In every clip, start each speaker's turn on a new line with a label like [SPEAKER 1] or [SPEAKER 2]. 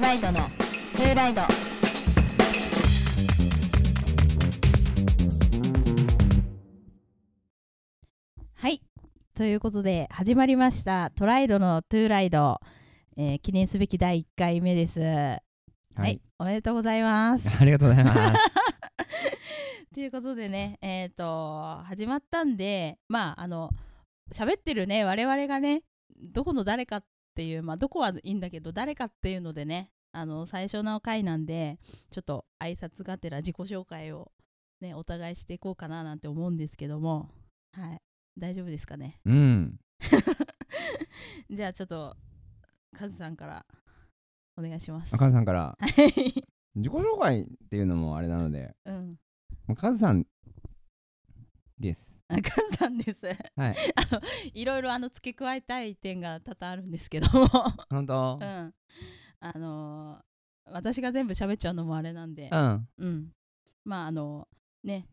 [SPEAKER 1] ライドのトゥーライド
[SPEAKER 2] はい。ということで、始まりました。トライドのトゥーライド。えー記念すべき第1回目です。はいい。おめでとうございます。
[SPEAKER 3] ありがとうござ います。
[SPEAKER 2] ということでね、えっ、と、始まったんで、まあ、あの、喋ってるね、我々がね、どこの誰かっていう、まあ、どこはいいんだけど、誰かっていうのでね、あの、最初の回なんで、ちょっと挨拶がてら自己紹介をね、お互いしていこうかななんて思うんですけども、はい。大丈夫ですかね。
[SPEAKER 3] うん。
[SPEAKER 2] じゃあちょっとカズさんからお願いします。
[SPEAKER 3] カズさん から
[SPEAKER 2] はい。
[SPEAKER 3] 自己紹介っていうのもあれなので、
[SPEAKER 2] うん。
[SPEAKER 3] もうカズさんです。
[SPEAKER 2] あカズさんです。
[SPEAKER 3] はい。
[SPEAKER 2] あのいろいろあの付け加えたい点が多々あるんですけども、
[SPEAKER 3] 本当
[SPEAKER 2] う。ん。あのー私が全部喋っちゃうのもあれなんで
[SPEAKER 3] う、ん。
[SPEAKER 2] うん。まああのね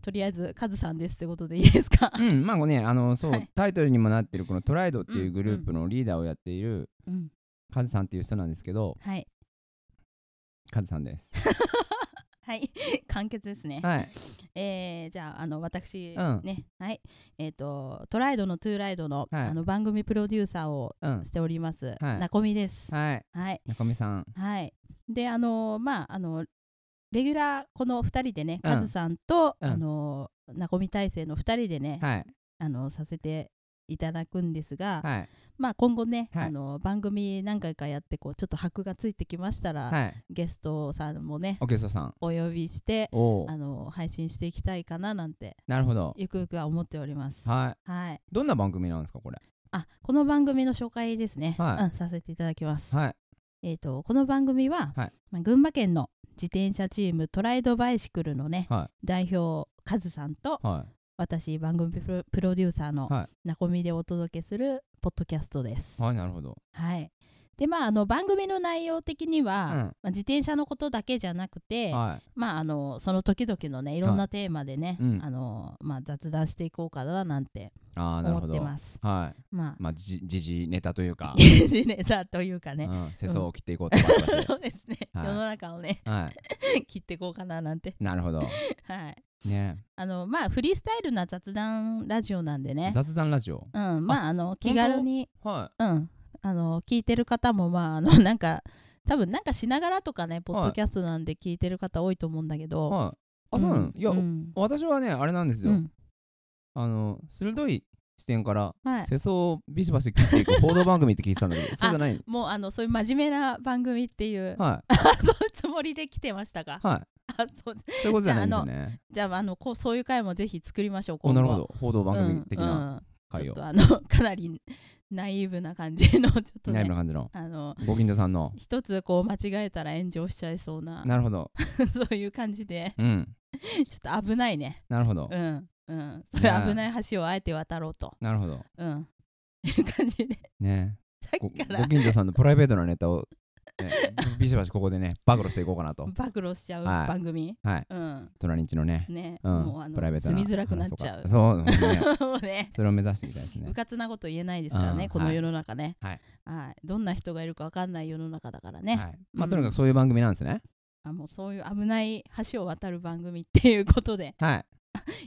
[SPEAKER 2] とりあえずカズさんですってことでいいですか
[SPEAKER 3] う。ん。まあね、あのそう、
[SPEAKER 2] はい
[SPEAKER 3] タイトルにもなってるこのトライドっていうグループのリーダーをやっている
[SPEAKER 2] うん。
[SPEAKER 3] カズさんっていう人なんですけど、
[SPEAKER 2] はい
[SPEAKER 3] カズさんです。
[SPEAKER 2] はい 完結ですね。
[SPEAKER 3] はい。
[SPEAKER 2] えーじゃああの私、
[SPEAKER 3] うん
[SPEAKER 2] ねはいえっ、とトライドのトゥーライドの,、
[SPEAKER 3] はい
[SPEAKER 2] あの番組プロデューサーを
[SPEAKER 3] うん。
[SPEAKER 2] しております、
[SPEAKER 3] はい
[SPEAKER 2] なこみです。
[SPEAKER 3] はい。
[SPEAKER 2] はい、
[SPEAKER 3] 中見さん。
[SPEAKER 2] はい、であのーまああのレギュラーこの2人でね
[SPEAKER 3] うん
[SPEAKER 2] カズさんと、
[SPEAKER 3] うん
[SPEAKER 2] あのーなこみ大成の2人でね、
[SPEAKER 3] はい。
[SPEAKER 2] あのーさせていただくんですが、
[SPEAKER 3] はい。
[SPEAKER 2] まあ今後ね、
[SPEAKER 3] はい
[SPEAKER 2] あのー番組何回かやってこうちょっと箔がついてきましたら、
[SPEAKER 3] はい。
[SPEAKER 2] ゲストさんもね
[SPEAKER 3] オケソさん。
[SPEAKER 2] お呼びして
[SPEAKER 3] おお
[SPEAKER 2] あ。のー配信していきたいかななんて
[SPEAKER 3] なるほど。
[SPEAKER 2] ゆくゆくは思っております。
[SPEAKER 3] はい。
[SPEAKER 2] はい、
[SPEAKER 3] どんな番組なんですかこれ。
[SPEAKER 2] あこの番組の紹介ですね、
[SPEAKER 3] はい
[SPEAKER 2] うん、させていただきます。
[SPEAKER 3] はい。
[SPEAKER 2] えー、とこの番組は、
[SPEAKER 3] はい
[SPEAKER 2] まあ、群馬県の自転車チームトライドバイシクルのね、
[SPEAKER 3] は
[SPEAKER 2] 代表カズさんと
[SPEAKER 3] は
[SPEAKER 2] 私番組プロプロデューサーの
[SPEAKER 3] は
[SPEAKER 2] なこみでお届けするポッドキャストです。
[SPEAKER 3] い。はい。なるほど。
[SPEAKER 2] はいでまあ、あの番組の内容的には、
[SPEAKER 3] うん
[SPEAKER 2] まあ、自転車のことだけじゃなくて、
[SPEAKER 3] は
[SPEAKER 2] まあ、あのその時々のねいろんなテーマでね、
[SPEAKER 3] うん
[SPEAKER 2] あのまあ、雑談していこうかななんて
[SPEAKER 3] い。ああ、なる
[SPEAKER 2] 思
[SPEAKER 3] ほ
[SPEAKER 2] っ
[SPEAKER 3] ど。
[SPEAKER 2] てます。
[SPEAKER 3] はい。
[SPEAKER 2] まあ、
[SPEAKER 3] まあ、じ時事ネタというか
[SPEAKER 2] ネタと いうかね、
[SPEAKER 3] うん、世相を切っていこうと思ってまして
[SPEAKER 2] そうですね、
[SPEAKER 3] はい
[SPEAKER 2] 世の中をね
[SPEAKER 3] はい、
[SPEAKER 2] 切っていこうかななんて、
[SPEAKER 3] なるほど。
[SPEAKER 2] はい、
[SPEAKER 3] ね、
[SPEAKER 2] あのまあフリースタイルな雑談ラジオなんでね、
[SPEAKER 3] 雑談ラジオ。
[SPEAKER 2] うん、まああの気軽に、
[SPEAKER 3] は
[SPEAKER 2] うん、あの聞いてる方もまああの なんか多分なんかしながらとかねポッドキャストなんで聞いてる方多いと思うんだけ
[SPEAKER 3] い。
[SPEAKER 2] ど、
[SPEAKER 3] はい。あ、そうなの。いや、
[SPEAKER 2] うん
[SPEAKER 3] 私はね、あれなんです
[SPEAKER 2] う
[SPEAKER 3] よ。
[SPEAKER 2] ん
[SPEAKER 3] あの、鋭い視点から。
[SPEAKER 2] はい、
[SPEAKER 3] 世相をビシバシ切っていく報道番組って聞いてたんだけど、そうじゃない。
[SPEAKER 2] もうあのそういう真面目な番組っていう、
[SPEAKER 3] はい。
[SPEAKER 2] そういう つもりで来てましたか、
[SPEAKER 3] はい。
[SPEAKER 2] あそう
[SPEAKER 3] そういうことじゃないんですよね。
[SPEAKER 2] じゃああのこうそういう回もぜひ作りましょう
[SPEAKER 3] お、
[SPEAKER 2] 今後
[SPEAKER 3] なるほど。報道番組的
[SPEAKER 2] うん
[SPEAKER 3] な
[SPEAKER 2] うん
[SPEAKER 3] 会
[SPEAKER 2] ちょ
[SPEAKER 3] を
[SPEAKER 2] っ。とあの かなりナイーブな感じのちょっ と
[SPEAKER 3] ないよ
[SPEAKER 2] ね
[SPEAKER 3] うな感じの。
[SPEAKER 2] あの
[SPEAKER 3] ご近所さんの。
[SPEAKER 2] 一つこう間違えたら炎上しちゃいそうな
[SPEAKER 3] なるほど。
[SPEAKER 2] そういう感じで
[SPEAKER 3] うん。
[SPEAKER 2] ちょっと危ないね
[SPEAKER 3] なるほど
[SPEAKER 2] う。んうんそういう危ない橋をあえて渡ろうと
[SPEAKER 3] なるほど。
[SPEAKER 2] うんいう感じで
[SPEAKER 3] ね。
[SPEAKER 2] さっ
[SPEAKER 3] ご
[SPEAKER 2] きか
[SPEAKER 3] ご
[SPEAKER 2] ら
[SPEAKER 3] 近所さんのプライベートなネタを、 ね、ビシバシここでね暴露していこうかなと
[SPEAKER 2] 暴露しちゃう
[SPEAKER 3] はい
[SPEAKER 2] 番組
[SPEAKER 3] はい
[SPEAKER 2] うん
[SPEAKER 3] 隣んちのね、
[SPEAKER 2] ね
[SPEAKER 3] うん、
[SPEAKER 2] もうあの
[SPEAKER 3] プライベート
[SPEAKER 2] 住
[SPEAKER 3] な
[SPEAKER 2] みづらくなっちゃう
[SPEAKER 3] 話とかそう、ね、
[SPEAKER 2] もう ね
[SPEAKER 3] それを目指していきたいですね
[SPEAKER 2] うかつなこと言えないですから
[SPEAKER 3] う
[SPEAKER 2] ね
[SPEAKER 3] ん
[SPEAKER 2] この世の中ね
[SPEAKER 3] はい
[SPEAKER 2] はいどんな人がいるか分かんない世の中だからね
[SPEAKER 3] はい
[SPEAKER 2] う
[SPEAKER 3] まあ、
[SPEAKER 2] ん
[SPEAKER 3] とにかくそういう番組なんですね、
[SPEAKER 2] あもうそういう危ない橋を渡る番組っていうことで
[SPEAKER 3] はい、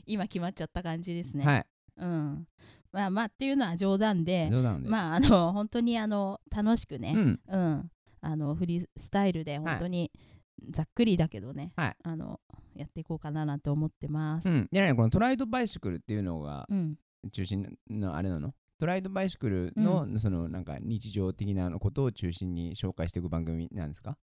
[SPEAKER 2] 今決まっちゃった感じですね。
[SPEAKER 3] はい
[SPEAKER 2] うん、まあまあっていうのは冗談で
[SPEAKER 3] 冗談で、
[SPEAKER 2] まああの本当にあの楽しく
[SPEAKER 3] う
[SPEAKER 2] ね、
[SPEAKER 3] ん
[SPEAKER 2] うんあのフリースタイルで本当にざっくりだけどね、
[SPEAKER 3] はい
[SPEAKER 2] あのやっていこうかななんて思ってます。
[SPEAKER 3] う
[SPEAKER 2] うん
[SPEAKER 3] ん、でねこのトライドバイシクルっていうのが
[SPEAKER 2] うん
[SPEAKER 3] 中心のあれなのトライドバイシクルの,、そのなんか日常的なことを中心に紹介していく番組なんですか、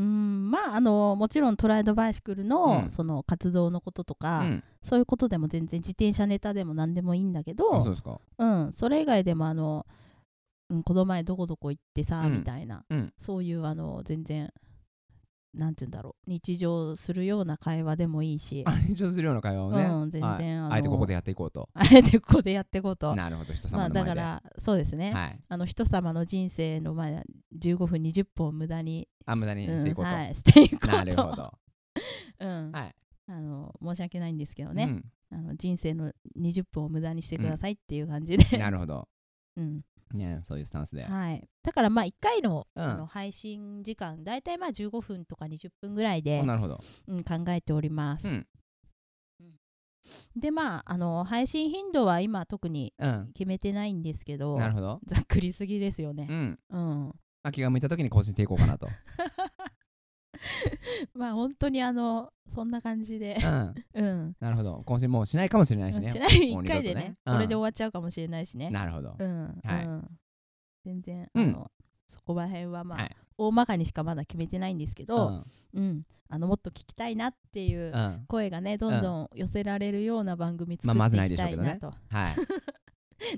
[SPEAKER 2] まああのもちろんトライドバイシクルの、
[SPEAKER 3] うん
[SPEAKER 2] その活動のことと
[SPEAKER 3] う
[SPEAKER 2] か、
[SPEAKER 3] ん、
[SPEAKER 2] そういうことでも全然自転車ネタでも何でもいいんだけど
[SPEAKER 3] あそうですか
[SPEAKER 2] うん、それ以外でもあの、うん、この前どこどこ行ってさ、
[SPEAKER 3] うん
[SPEAKER 2] みたいな、
[SPEAKER 3] うん
[SPEAKER 2] そういうあの全然なんて言うんだろう日常するような会話でもいいし、
[SPEAKER 3] あれ上するような会話をね、
[SPEAKER 2] うん全然、
[SPEAKER 3] はい
[SPEAKER 2] あの
[SPEAKER 3] あえてここでやっていこうと
[SPEAKER 2] あえてここでやっていこうと
[SPEAKER 3] なるほど人
[SPEAKER 2] ま
[SPEAKER 3] 様
[SPEAKER 2] あ
[SPEAKER 3] の
[SPEAKER 2] だ
[SPEAKER 3] 前で、
[SPEAKER 2] からそうですね、
[SPEAKER 3] はい、
[SPEAKER 2] あの人様の人生の前15分20分を無駄に、
[SPEAKER 3] あ無駄に
[SPEAKER 2] うん
[SPEAKER 3] していこうと、
[SPEAKER 2] はい、していこうと
[SPEAKER 3] なるほど。
[SPEAKER 2] うん
[SPEAKER 3] はい
[SPEAKER 2] あの申し訳ないんですけどね、
[SPEAKER 3] う
[SPEAKER 2] あの人生の20分を無駄にしてくださいっていう感じで、
[SPEAKER 3] んなるほど。
[SPEAKER 2] うん
[SPEAKER 3] ねそういうスタンスで。
[SPEAKER 2] はい、だからまあ1回の,、
[SPEAKER 3] うん
[SPEAKER 2] あの配信時間大体まあ15分とか20分ぐらいで
[SPEAKER 3] お、なるほど。
[SPEAKER 2] うん、考えております、
[SPEAKER 3] うん
[SPEAKER 2] でまああの配信頻度は今特に
[SPEAKER 3] うん。
[SPEAKER 2] 決めてないんですけど
[SPEAKER 3] なるほど。
[SPEAKER 2] ざっくりすぎですよ
[SPEAKER 3] う
[SPEAKER 2] ね、
[SPEAKER 3] ん。
[SPEAKER 2] うん
[SPEAKER 3] あ気が向いた時に更新していこうか なと。
[SPEAKER 2] まあ本当にあのそんな感じで
[SPEAKER 3] うん。
[SPEAKER 2] うん
[SPEAKER 3] なるほど。更新もうしないかもしれないしね。
[SPEAKER 2] しない1
[SPEAKER 3] もう二度
[SPEAKER 2] 回
[SPEAKER 3] とね
[SPEAKER 2] でね、
[SPEAKER 3] うん
[SPEAKER 2] これで終わっちゃうかもしれないしね
[SPEAKER 3] なるほど。
[SPEAKER 2] うん、
[SPEAKER 3] はい
[SPEAKER 2] うん、全然、
[SPEAKER 3] うん
[SPEAKER 2] あのそこら辺はまあ、
[SPEAKER 3] はい
[SPEAKER 2] 大まかにしかまだ決めてないんですけ
[SPEAKER 3] う
[SPEAKER 2] ど、
[SPEAKER 3] ん。
[SPEAKER 2] うんあのもっと聞きたいなっていう
[SPEAKER 3] うん
[SPEAKER 2] 声がねどんどん寄せられるような番組作
[SPEAKER 3] まあま
[SPEAKER 2] っ
[SPEAKER 3] ず
[SPEAKER 2] て
[SPEAKER 3] ないい
[SPEAKER 2] き
[SPEAKER 3] でし
[SPEAKER 2] たい
[SPEAKER 3] ょうけどね
[SPEAKER 2] なと、
[SPEAKER 3] はい。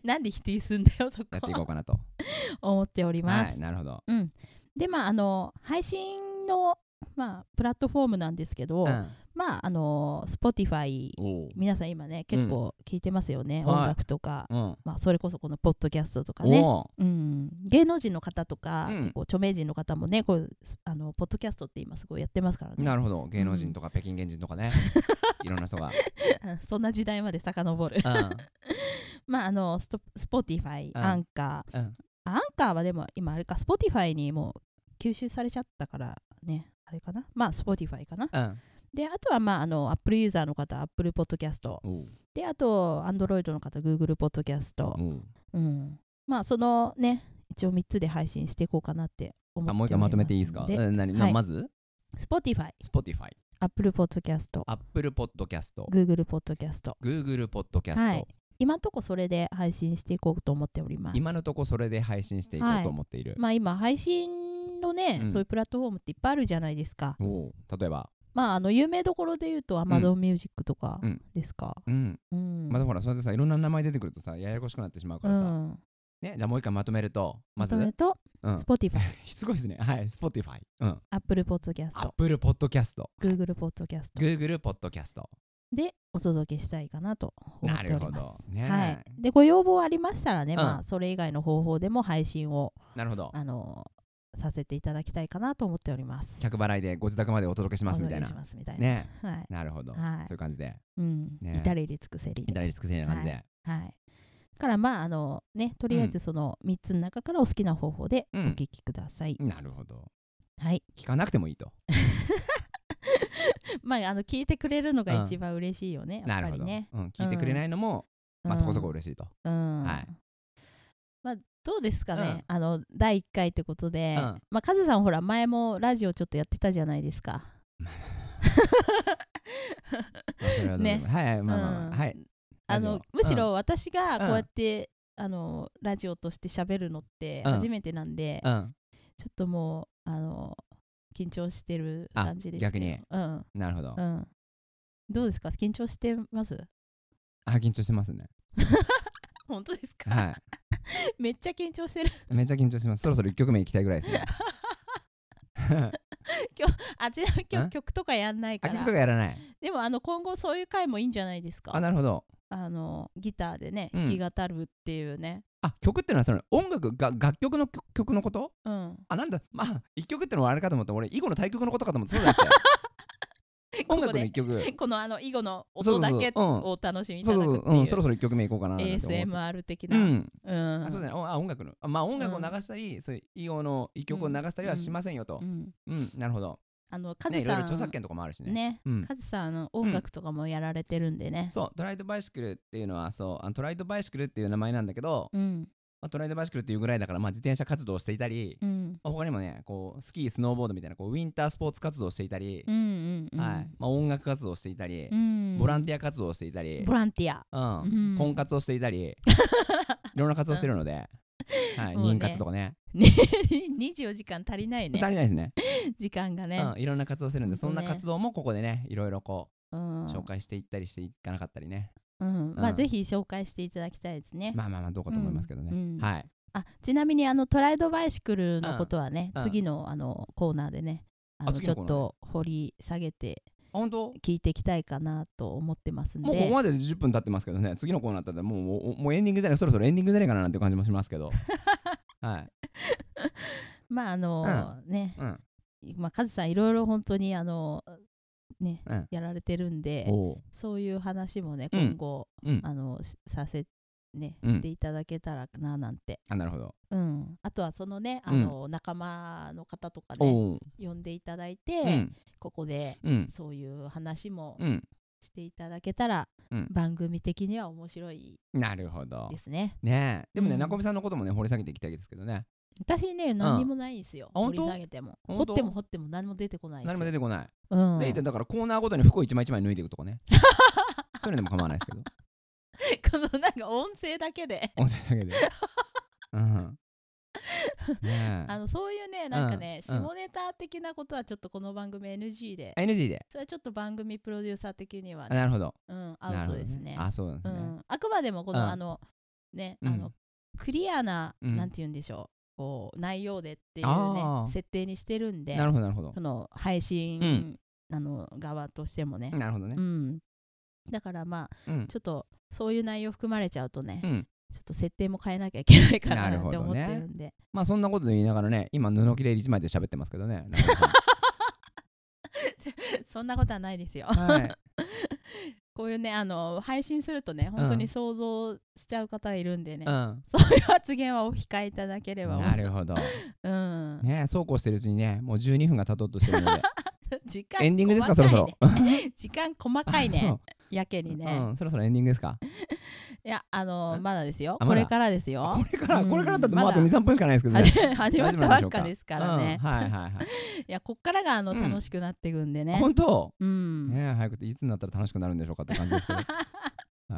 [SPEAKER 2] なんで否定すんだよそこ
[SPEAKER 3] やっていこうかなと。
[SPEAKER 2] 思っております、
[SPEAKER 3] はい。なるほど。
[SPEAKER 2] うん、でまああの配信の、まあ、プラットフォームなんですけど、
[SPEAKER 3] うん。
[SPEAKER 2] まああの Spotify
[SPEAKER 3] おう
[SPEAKER 2] 皆さん今ね結構聞いてますよね、
[SPEAKER 3] はい
[SPEAKER 2] 音楽とか、
[SPEAKER 3] うん。
[SPEAKER 2] まあ、それこそこのポッドキャストとかね、
[SPEAKER 3] おう
[SPEAKER 2] うん、芸能人の方とか、
[SPEAKER 3] うん
[SPEAKER 2] 結構著名人の方もねこうあのポッドキャストって今すごいやってますからね
[SPEAKER 3] なるほど。芸能人とか北京原人とかね。いろんな人が。
[SPEAKER 2] そんな時代まで遡る まああのストスポティファイ
[SPEAKER 3] うん
[SPEAKER 2] アンカー、
[SPEAKER 3] うん
[SPEAKER 2] アンカーはでも今あれかスポティファイにもう吸収されちゃったからねあれかなまあスポティファイかな
[SPEAKER 3] うん。うん。
[SPEAKER 2] であとはまああのアップルユーザーの方アップルポッドキャスト
[SPEAKER 3] おう
[SPEAKER 2] であとアンドロイドの方 Google ポッドキャスト、
[SPEAKER 3] おう
[SPEAKER 2] うん、まあそのね一応3つで配信していこうかなって思って
[SPEAKER 3] あ
[SPEAKER 2] おり
[SPEAKER 3] もう一回まとめていいですか
[SPEAKER 2] ますんで
[SPEAKER 3] うん何
[SPEAKER 2] はい
[SPEAKER 3] まず
[SPEAKER 2] Spotify、
[SPEAKER 3] Spotify、
[SPEAKER 2] Apple Podcast、
[SPEAKER 3] Apple Podcast、
[SPEAKER 2] Google Podcast
[SPEAKER 3] Google Podcast、
[SPEAKER 2] はい今んとこそれで配信していこうと思っております
[SPEAKER 3] 今のとこそれで配信していこうと思っている。
[SPEAKER 2] まあ今配信のね、
[SPEAKER 3] うん
[SPEAKER 2] そういうプラットフォームっていっぱいあるじゃないですか
[SPEAKER 3] おう例えば、
[SPEAKER 2] まああの有名どころで言うと Amazon Music とか
[SPEAKER 3] うん
[SPEAKER 2] ですか
[SPEAKER 3] うん、
[SPEAKER 2] うん、
[SPEAKER 3] まだほら、それでさ、いろんな名前出てくるとさ、ややこしくなってしまうか
[SPEAKER 2] う
[SPEAKER 3] らさ、
[SPEAKER 2] ん、
[SPEAKER 3] ね、じゃあもう一回まとめると、まず、
[SPEAKER 2] それと
[SPEAKER 3] うん
[SPEAKER 2] Spotify、
[SPEAKER 3] すごいですね、はい、Spotify、うん、
[SPEAKER 2] Apple Podcast、
[SPEAKER 3] Apple Podcast、
[SPEAKER 2] Google Podcast
[SPEAKER 3] Google Podcast、
[SPEAKER 2] でお届けしたいかなと思
[SPEAKER 3] な
[SPEAKER 2] って
[SPEAKER 3] る
[SPEAKER 2] おり
[SPEAKER 3] ほ
[SPEAKER 2] ます
[SPEAKER 3] ど。。ね
[SPEAKER 2] はい、でご要望ありましたらね、
[SPEAKER 3] うん
[SPEAKER 2] まあ、それ以外の方法でも配信を、
[SPEAKER 3] なるほど。
[SPEAKER 2] あのさせていただきたいかなと思っております。
[SPEAKER 3] 着払いでご自宅までお届けしますみたい
[SPEAKER 2] お願し
[SPEAKER 3] な。
[SPEAKER 2] ますみたいな。
[SPEAKER 3] ね、
[SPEAKER 2] はい。
[SPEAKER 3] なるほど。そう
[SPEAKER 2] はい
[SPEAKER 3] いう感じで、
[SPEAKER 2] うん。
[SPEAKER 3] ね
[SPEAKER 2] 至れり尽くせりで。
[SPEAKER 3] 至れり尽くせりな感じで。
[SPEAKER 2] はい。だからまあ、あのね、とりあえずその3つの中からお好きな方法で
[SPEAKER 3] う
[SPEAKER 2] お
[SPEAKER 3] ん、
[SPEAKER 2] 聞きください。
[SPEAKER 3] なるほど。
[SPEAKER 2] はい。
[SPEAKER 3] 聞かなくてもいいと。
[SPEAKER 2] まあ、あの聞いてくれるのが一番嬉しいよね、や
[SPEAKER 3] な
[SPEAKER 2] っ
[SPEAKER 3] る
[SPEAKER 2] ぱ
[SPEAKER 3] ほ
[SPEAKER 2] り
[SPEAKER 3] ど。
[SPEAKER 2] ね。
[SPEAKER 3] うん、聞いてくれないのも、まあ
[SPEAKER 2] うん
[SPEAKER 3] そこそこ嬉しいと。
[SPEAKER 2] うん。
[SPEAKER 3] はい
[SPEAKER 2] まあ、どうですかね、あの第1回ってことで、
[SPEAKER 3] うん
[SPEAKER 2] まあ、カズさん、ほら、前もラジオちょっとやってたじゃないですか。
[SPEAKER 3] まあそれはどうでも
[SPEAKER 2] ね
[SPEAKER 3] はいはい、まあまあま
[SPEAKER 2] うん
[SPEAKER 3] あ、はい。
[SPEAKER 2] あ
[SPEAKER 3] ラ
[SPEAKER 2] の
[SPEAKER 3] ジオ
[SPEAKER 2] むし、ろ私がこうや
[SPEAKER 3] うん
[SPEAKER 2] って、あのラジオとして喋るのって
[SPEAKER 3] うん
[SPEAKER 2] 初めてなんで、
[SPEAKER 3] うんうん
[SPEAKER 2] ちょっともうあの緊張してる
[SPEAKER 3] あ
[SPEAKER 2] 感じですけど
[SPEAKER 3] 逆に
[SPEAKER 2] うん
[SPEAKER 3] なるほど
[SPEAKER 2] う。んどうですか緊張してます
[SPEAKER 3] あ、緊張してますね。
[SPEAKER 2] 本当ですか、
[SPEAKER 3] は
[SPEAKER 2] めっちゃ緊張してる
[SPEAKER 3] い。めっちゃ緊張してます。そろそろ1曲目行きたいぐらいですね。
[SPEAKER 2] あちなみに今
[SPEAKER 3] ん
[SPEAKER 2] 日曲とかやん ないか
[SPEAKER 3] あ、曲
[SPEAKER 2] ら
[SPEAKER 3] とかやらない。
[SPEAKER 2] でもあの今後そういう回もいいんじゃないですか
[SPEAKER 3] あ、なるほど。
[SPEAKER 2] あのギターでね
[SPEAKER 3] うん
[SPEAKER 2] 弾き語るっていうね
[SPEAKER 3] あ、曲ってのはその音楽が楽曲の曲曲のこと
[SPEAKER 2] うん、
[SPEAKER 3] あ、なんだ。まあ、1曲ってのはあれかと思った。俺、囲碁の対局のことかと思った。そうだって。音楽の1曲。
[SPEAKER 2] このあの囲碁の音
[SPEAKER 3] そうそうそ
[SPEAKER 2] だ
[SPEAKER 3] う
[SPEAKER 2] け
[SPEAKER 3] うん
[SPEAKER 2] を楽しみい
[SPEAKER 3] そ
[SPEAKER 2] た
[SPEAKER 3] う
[SPEAKER 2] だ
[SPEAKER 3] そ
[SPEAKER 2] く
[SPEAKER 3] う
[SPEAKER 2] っ
[SPEAKER 3] そう、うん、
[SPEAKER 2] て
[SPEAKER 3] そ
[SPEAKER 2] い
[SPEAKER 3] ろ
[SPEAKER 2] う
[SPEAKER 3] そろ1曲目行こうかななんて思って。
[SPEAKER 2] ASMR 的
[SPEAKER 3] う。
[SPEAKER 2] なんうん
[SPEAKER 3] あそうだね、おあ音楽のあまあ音楽を流したり、そういう囲碁の一曲を流したりはしませんよと
[SPEAKER 2] う、ん
[SPEAKER 3] うんなるほど、
[SPEAKER 2] あのカ
[SPEAKER 3] ね、
[SPEAKER 2] ズ
[SPEAKER 3] いろい
[SPEAKER 2] さん、
[SPEAKER 3] ろ著作権とかもあるしね
[SPEAKER 2] ね
[SPEAKER 3] うん
[SPEAKER 2] カズさんの音楽とかもやられてるんでね、
[SPEAKER 3] そうトライドバイシクルっていうのはそうあのトライドバイシクルっていう名前なんだけど、
[SPEAKER 2] うん
[SPEAKER 3] まあ、トライドバイシクルっていうぐらいだから、まあ、自転車活動をしていたり、
[SPEAKER 2] うん、
[SPEAKER 3] まあ、他にもねこうスキースノーボードみたいなこうウィンタースポーツ活動をしていたり
[SPEAKER 2] うんう、んうん
[SPEAKER 3] はいまあ、音楽活動をしていたり、ボランティア活動をしていたり、
[SPEAKER 2] ボランティア
[SPEAKER 3] うん
[SPEAKER 2] うん
[SPEAKER 3] 婚活をしていた りいろんな活動をしてるので、はい、
[SPEAKER 2] もうね
[SPEAKER 3] 妊活とかね
[SPEAKER 2] 24時間足りない
[SPEAKER 3] 足
[SPEAKER 2] ね
[SPEAKER 3] りないですね
[SPEAKER 2] 時間がね、
[SPEAKER 3] うん、いろんな活動してるんで、
[SPEAKER 2] ほ
[SPEAKER 3] そ
[SPEAKER 2] ん
[SPEAKER 3] ん
[SPEAKER 2] とね
[SPEAKER 3] な活動もここでねいろいろこ
[SPEAKER 2] うん
[SPEAKER 3] う紹介していったりしていかなかったりね、
[SPEAKER 2] うんまあ
[SPEAKER 3] うん
[SPEAKER 2] ぜひ紹介していただきたいですね、
[SPEAKER 3] まあまあまあどうかと思いますけどね、
[SPEAKER 2] うんうん
[SPEAKER 3] はい
[SPEAKER 2] あちなみにあのトライドバイシクルのことはね、
[SPEAKER 3] うん
[SPEAKER 2] 次のあのコーナーでねあの
[SPEAKER 3] あ次
[SPEAKER 2] ちょっ
[SPEAKER 3] のコーナーで
[SPEAKER 2] と掘り下げて
[SPEAKER 3] あ本当
[SPEAKER 2] 聞いていきたいかなと思ってますん
[SPEAKER 3] もうここ
[SPEAKER 2] で
[SPEAKER 3] までで10分経ってますけどね次のコーナーだったらもうもうもうエンディングじゃないそろそろエンディングじゃないかななんて感じもしますけどはい、
[SPEAKER 2] まああの、ね
[SPEAKER 3] うん、
[SPEAKER 2] まあ、カズさんいろいろ本当にあのね、
[SPEAKER 3] うん
[SPEAKER 2] やられてるんで
[SPEAKER 3] おう
[SPEAKER 2] そういう話もね
[SPEAKER 3] うん
[SPEAKER 2] 今後、
[SPEAKER 3] うん
[SPEAKER 2] あのしさせね、
[SPEAKER 3] うん
[SPEAKER 2] していただけたらななんて、
[SPEAKER 3] あなるほど、
[SPEAKER 2] うん、あとはそのねあの、仲間の方とかね
[SPEAKER 3] おお
[SPEAKER 2] 呼んでいただいうて、
[SPEAKER 3] ん
[SPEAKER 2] ここで
[SPEAKER 3] うん
[SPEAKER 2] そういう話も
[SPEAKER 3] うん
[SPEAKER 2] していただけたら、
[SPEAKER 3] うん
[SPEAKER 2] 番組的には面白い
[SPEAKER 3] なるほど
[SPEAKER 2] ですね
[SPEAKER 3] ねえでもね、
[SPEAKER 2] うん
[SPEAKER 3] 中込さんのこともね掘り下げていきたいですけどね
[SPEAKER 2] 私ね何にもないんですよ、
[SPEAKER 3] あ
[SPEAKER 2] 掘
[SPEAKER 3] 本
[SPEAKER 2] り
[SPEAKER 3] 当
[SPEAKER 2] 下げても掘
[SPEAKER 3] 本
[SPEAKER 2] っ
[SPEAKER 3] 当
[SPEAKER 2] ても掘っても何も出てこないです
[SPEAKER 3] 何も出
[SPEAKER 2] よ
[SPEAKER 3] てこない、
[SPEAKER 2] うん、
[SPEAKER 3] でだからコーナーごとに服を一枚一枚脱いでいくと かねそういうのでも構わないですけど
[SPEAKER 2] このなんか音声だけで
[SPEAKER 3] 音声だけでうんね
[SPEAKER 2] あ
[SPEAKER 3] え
[SPEAKER 2] のそういうねなんかね、
[SPEAKER 3] うんうん
[SPEAKER 2] 下ネタ的なことはちょっとこの番組 NG で、
[SPEAKER 3] NG で
[SPEAKER 2] それはちょっと番組プロデューサー的には
[SPEAKER 3] あ
[SPEAKER 2] ね、
[SPEAKER 3] なるほど
[SPEAKER 2] うん、
[SPEAKER 3] な
[SPEAKER 2] アウ
[SPEAKER 3] るほ
[SPEAKER 2] ト
[SPEAKER 3] ど
[SPEAKER 2] ですね
[SPEAKER 3] あそうなん
[SPEAKER 2] う
[SPEAKER 3] ですね、
[SPEAKER 2] ん、あくまでもこの、
[SPEAKER 3] うん
[SPEAKER 2] あのね、
[SPEAKER 3] うん
[SPEAKER 2] あのクリアな、
[SPEAKER 3] うん
[SPEAKER 2] なんて言うんでしょうこう内容でっていう
[SPEAKER 3] あ
[SPEAKER 2] ね
[SPEAKER 3] ー
[SPEAKER 2] 設定にしてるんで
[SPEAKER 3] なるほどなるほど
[SPEAKER 2] この配信、
[SPEAKER 3] うん
[SPEAKER 2] あの側としてもね、
[SPEAKER 3] なるほどね
[SPEAKER 2] う、ん、だからまあ
[SPEAKER 3] うん
[SPEAKER 2] ちょっとそういう内容含まれちゃうとね、
[SPEAKER 3] うん
[SPEAKER 2] ちょっと設定も変えなきゃいけないかな
[SPEAKER 3] なる
[SPEAKER 2] っ
[SPEAKER 3] ほ
[SPEAKER 2] て
[SPEAKER 3] ど
[SPEAKER 2] 思って
[SPEAKER 3] ね
[SPEAKER 2] るんで、
[SPEAKER 3] まあそんなこと言いながらね今布切れ一枚で喋ってますけどね中村さ
[SPEAKER 2] そんなことはないですよ。
[SPEAKER 3] ん はい
[SPEAKER 2] こういうねあの配信するとね本当に想像しちゃう方がいるんでね、
[SPEAKER 3] うん
[SPEAKER 2] そういう 発言はお控えいただければ
[SPEAKER 3] なるほど
[SPEAKER 2] うん、
[SPEAKER 3] ねそうこうしてるうちにねもう12分が経とうとしてるので
[SPEAKER 2] 時間
[SPEAKER 3] エンディングですかそ
[SPEAKER 2] 細
[SPEAKER 3] ろ
[SPEAKER 2] い
[SPEAKER 3] そ
[SPEAKER 2] ね
[SPEAKER 3] ろ
[SPEAKER 2] 時間細か いねやけにね、
[SPEAKER 3] うんそろそろエンディングですか
[SPEAKER 2] いやあの
[SPEAKER 3] うん
[SPEAKER 2] まだですよ、
[SPEAKER 3] あま
[SPEAKER 2] こ
[SPEAKER 3] だ
[SPEAKER 2] れからです
[SPEAKER 3] あ
[SPEAKER 2] よ
[SPEAKER 3] これから
[SPEAKER 2] うん
[SPEAKER 3] これからだともう
[SPEAKER 2] ま
[SPEAKER 3] あ
[SPEAKER 2] だ
[SPEAKER 3] と23分しかないですけどね
[SPEAKER 2] はじ始まったばっかですからね
[SPEAKER 3] う、んはいはいはい
[SPEAKER 2] やこっからがあの
[SPEAKER 3] うん
[SPEAKER 2] 楽しくなっていくんで
[SPEAKER 3] い
[SPEAKER 2] ね
[SPEAKER 3] 本当
[SPEAKER 2] うん、
[SPEAKER 3] ね早くていつになったら楽しくなるんでしょうかって感じですけ どは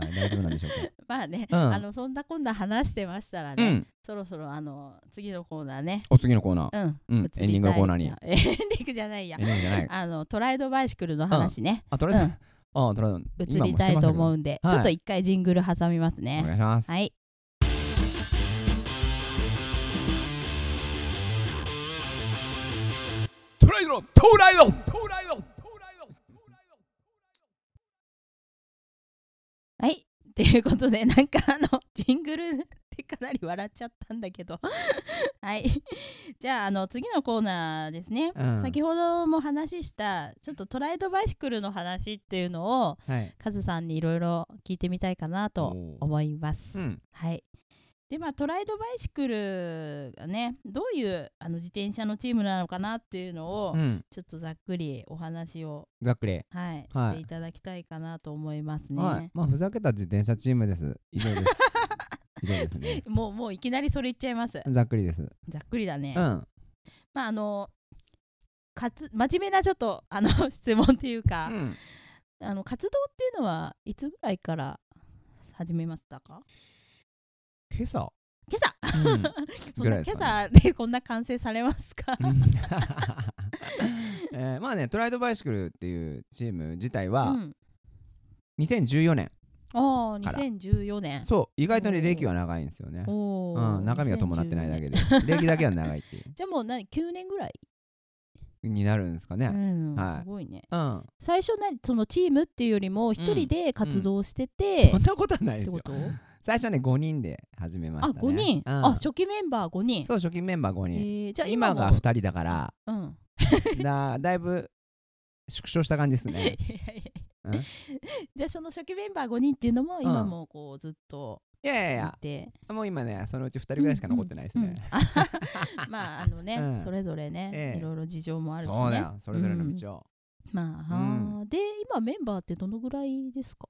[SPEAKER 3] い大丈夫なんでしょう
[SPEAKER 2] まあ ね、
[SPEAKER 3] うん
[SPEAKER 2] あのそんなこんな話してましたら
[SPEAKER 3] か
[SPEAKER 2] ね、
[SPEAKER 3] うん
[SPEAKER 2] そろそろあの次のコーナーね
[SPEAKER 3] お次のコーナー
[SPEAKER 2] うん、
[SPEAKER 3] うん
[SPEAKER 2] 移りたい
[SPEAKER 3] エンディングのコーナーに
[SPEAKER 2] エンディングじゃないや
[SPEAKER 3] エンディングじゃない
[SPEAKER 2] あのトライドバイシクルの話ね、
[SPEAKER 3] あとり
[SPEAKER 2] う
[SPEAKER 3] あえず
[SPEAKER 2] ん
[SPEAKER 3] あとりあえず
[SPEAKER 2] 移りたいと思うんで、
[SPEAKER 3] 今
[SPEAKER 2] ちょ
[SPEAKER 3] もしてましたけど
[SPEAKER 2] っと一回ジングル挟みます
[SPEAKER 3] 今も
[SPEAKER 2] ね。
[SPEAKER 3] してましたけどお願いします
[SPEAKER 2] はい。
[SPEAKER 3] トライドトライドトライド
[SPEAKER 2] はい。ということで、なんかあの、ジングルってかなり笑っちゃったんだけど。 はい。じゃあ、あの、次のコーナーですね。
[SPEAKER 3] うん
[SPEAKER 2] 先ほども話した、ちょっとトライドバイシクルの話っていうのを、
[SPEAKER 3] はい
[SPEAKER 2] カズさんにいろいろ聞いてみたいかなと
[SPEAKER 3] お
[SPEAKER 2] 思います。
[SPEAKER 3] うん
[SPEAKER 2] はい。でまあ、トライドバイシクルがねどういうあの自転車のチームなのかなっていうのを、
[SPEAKER 3] うん
[SPEAKER 2] ちょっとざっくりお話を、
[SPEAKER 3] ざっくり
[SPEAKER 2] はい
[SPEAKER 3] はい
[SPEAKER 2] していただきたいかなと思いますね。
[SPEAKER 3] はいまあふざけた自転車チームです以 上です以上ですね
[SPEAKER 2] もうもういきなりそれ言っちゃいます。
[SPEAKER 3] ざっくりですう
[SPEAKER 2] ざっくりだね。
[SPEAKER 3] ん
[SPEAKER 2] まああのかつ真面目なちょっとあの 質問っていうか、
[SPEAKER 3] うん
[SPEAKER 2] あの活動っていうのはいつぐらいから始めましたか？
[SPEAKER 3] 今朝
[SPEAKER 2] 今朝、
[SPEAKER 3] うん
[SPEAKER 2] そんな
[SPEAKER 3] ぐら
[SPEAKER 2] 今
[SPEAKER 3] いですか
[SPEAKER 2] 朝でこんな完成されますか？
[SPEAKER 3] うんえーまあねトライドバイシクルっていうチーム自体
[SPEAKER 2] う
[SPEAKER 3] は
[SPEAKER 2] ん、
[SPEAKER 3] 2014年
[SPEAKER 2] ああ
[SPEAKER 3] から
[SPEAKER 2] 2014年。
[SPEAKER 3] そう意外とね歴は長いんですよね
[SPEAKER 2] おー
[SPEAKER 3] うん、中身は伴ってないだ
[SPEAKER 2] 2014
[SPEAKER 3] けで歴だけは長いってい
[SPEAKER 2] じゃあもう何9年ぐらい、
[SPEAKER 3] うになるんですかね
[SPEAKER 2] うん
[SPEAKER 3] はい
[SPEAKER 2] すごいね
[SPEAKER 3] うん
[SPEAKER 2] 最初何そのチームっていうよりも一人で活動してて、
[SPEAKER 3] そんなことはな
[SPEAKER 2] っ
[SPEAKER 3] いです
[SPEAKER 2] て
[SPEAKER 3] よ
[SPEAKER 2] こと、
[SPEAKER 3] 最初はね5人で始めま
[SPEAKER 2] あ
[SPEAKER 3] したね
[SPEAKER 2] 5人、
[SPEAKER 3] うん
[SPEAKER 2] あ初期メンバー5人
[SPEAKER 3] そう初期メンバー5
[SPEAKER 2] え
[SPEAKER 3] 人
[SPEAKER 2] ーじゃあ
[SPEAKER 3] 今
[SPEAKER 2] 今
[SPEAKER 3] が
[SPEAKER 2] も
[SPEAKER 3] 2人だから
[SPEAKER 2] うん
[SPEAKER 3] だだいぶ縮小した感じで すね
[SPEAKER 2] いやいやいや じゃあその初期メンバー5人っていうのも
[SPEAKER 3] ん
[SPEAKER 2] 今もこうずっと
[SPEAKER 3] いやいやい
[SPEAKER 2] い
[SPEAKER 3] や
[SPEAKER 2] て、
[SPEAKER 3] もう今ねそのうち2人ぐらいしか残ってないです
[SPEAKER 2] う んうん
[SPEAKER 3] ね、
[SPEAKER 2] ま ああのね、
[SPEAKER 3] うん
[SPEAKER 2] それぞれね、
[SPEAKER 3] ええ
[SPEAKER 2] いろいろ事情もあるしね
[SPEAKER 3] そうだよそれぞれの道を、
[SPEAKER 2] まあ、
[SPEAKER 3] う
[SPEAKER 2] で今メンバーってどのぐらいですか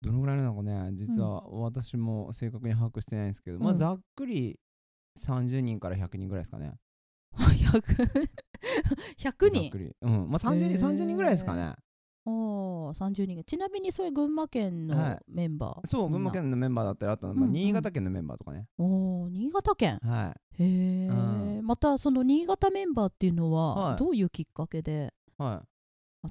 [SPEAKER 3] どのぐらいなのかね実は私も正確に把握してないんですけど、ま
[SPEAKER 2] う
[SPEAKER 3] あ
[SPEAKER 2] ん
[SPEAKER 3] ざっくり30人から100人ぐらいですかね
[SPEAKER 2] 100, 100
[SPEAKER 3] ざっ
[SPEAKER 2] 人
[SPEAKER 3] くりうんまあ30
[SPEAKER 2] へー
[SPEAKER 3] 人30人ぐらいですかね
[SPEAKER 2] おー30人がちなみにそういう群馬県
[SPEAKER 3] は
[SPEAKER 2] の
[SPEAKER 3] い
[SPEAKER 2] メンバー、
[SPEAKER 3] そう群馬県のメンバーだったりあと、ま
[SPEAKER 2] うん
[SPEAKER 3] あ、
[SPEAKER 2] うん
[SPEAKER 3] 新潟県のメンバーとかね、
[SPEAKER 2] おー新潟県
[SPEAKER 3] はい
[SPEAKER 2] へえ、
[SPEAKER 3] う
[SPEAKER 2] またその新潟メンバーっていうの
[SPEAKER 3] は
[SPEAKER 2] はいどういうきっかけで
[SPEAKER 3] は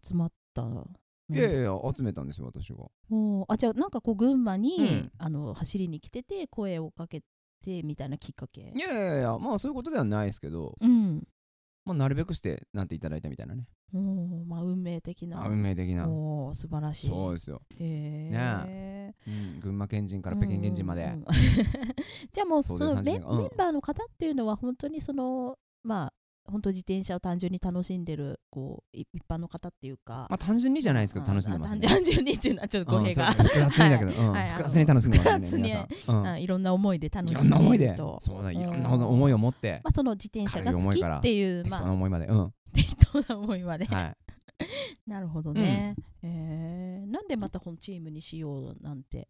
[SPEAKER 2] 集まったの、
[SPEAKER 3] い、いやいやいや集めたんですよ私が
[SPEAKER 2] おーあじゃあなんかこう群馬に、
[SPEAKER 3] うん
[SPEAKER 2] あの走りに来てて声をかけてみたいなきっかけ
[SPEAKER 3] いやいやいやまあそういうことではないですけど、
[SPEAKER 2] うん
[SPEAKER 3] まあ、なるべくしてなんていただいたみたいなね
[SPEAKER 2] おーまあ運命的な
[SPEAKER 3] あ運命的な
[SPEAKER 2] おー素晴らしい
[SPEAKER 3] そうですよ、
[SPEAKER 2] へえ、
[SPEAKER 3] うん、群馬県人から北京県人まで、
[SPEAKER 2] うんうんうん じゃあもうそ
[SPEAKER 3] 総勢
[SPEAKER 2] のメ
[SPEAKER 3] 30
[SPEAKER 2] ン
[SPEAKER 3] 人がうん
[SPEAKER 2] メンバーの方っていうのは本当にそのまあ本当自転車を単純に楽しんでるこうい一般の方っていうか、
[SPEAKER 3] まあ単純にじゃないですか楽しんでますね
[SPEAKER 2] あ単純にっていうのはちょっと語
[SPEAKER 3] うん
[SPEAKER 2] 弊
[SPEAKER 3] そう
[SPEAKER 2] が、
[SPEAKER 3] そう複雑にだけど、うん
[SPEAKER 2] はい
[SPEAKER 3] 複雑に楽しんでますよね
[SPEAKER 2] 複雑に
[SPEAKER 3] 皆さん、うん
[SPEAKER 2] あいろんな思いで楽しんで
[SPEAKER 3] いろ
[SPEAKER 2] い
[SPEAKER 3] んな思い
[SPEAKER 2] る
[SPEAKER 3] で
[SPEAKER 2] と。
[SPEAKER 3] そうだいろんな
[SPEAKER 2] うん
[SPEAKER 3] 思いを持って
[SPEAKER 2] まあ、その自転車が好きっていう、
[SPEAKER 3] 適当
[SPEAKER 2] ま
[SPEAKER 3] な
[SPEAKER 2] あ、
[SPEAKER 3] 思いまでうん
[SPEAKER 2] 適当な思いまで、
[SPEAKER 3] は
[SPEAKER 2] なるほどね、えーなんでまたこのチームにしようなんて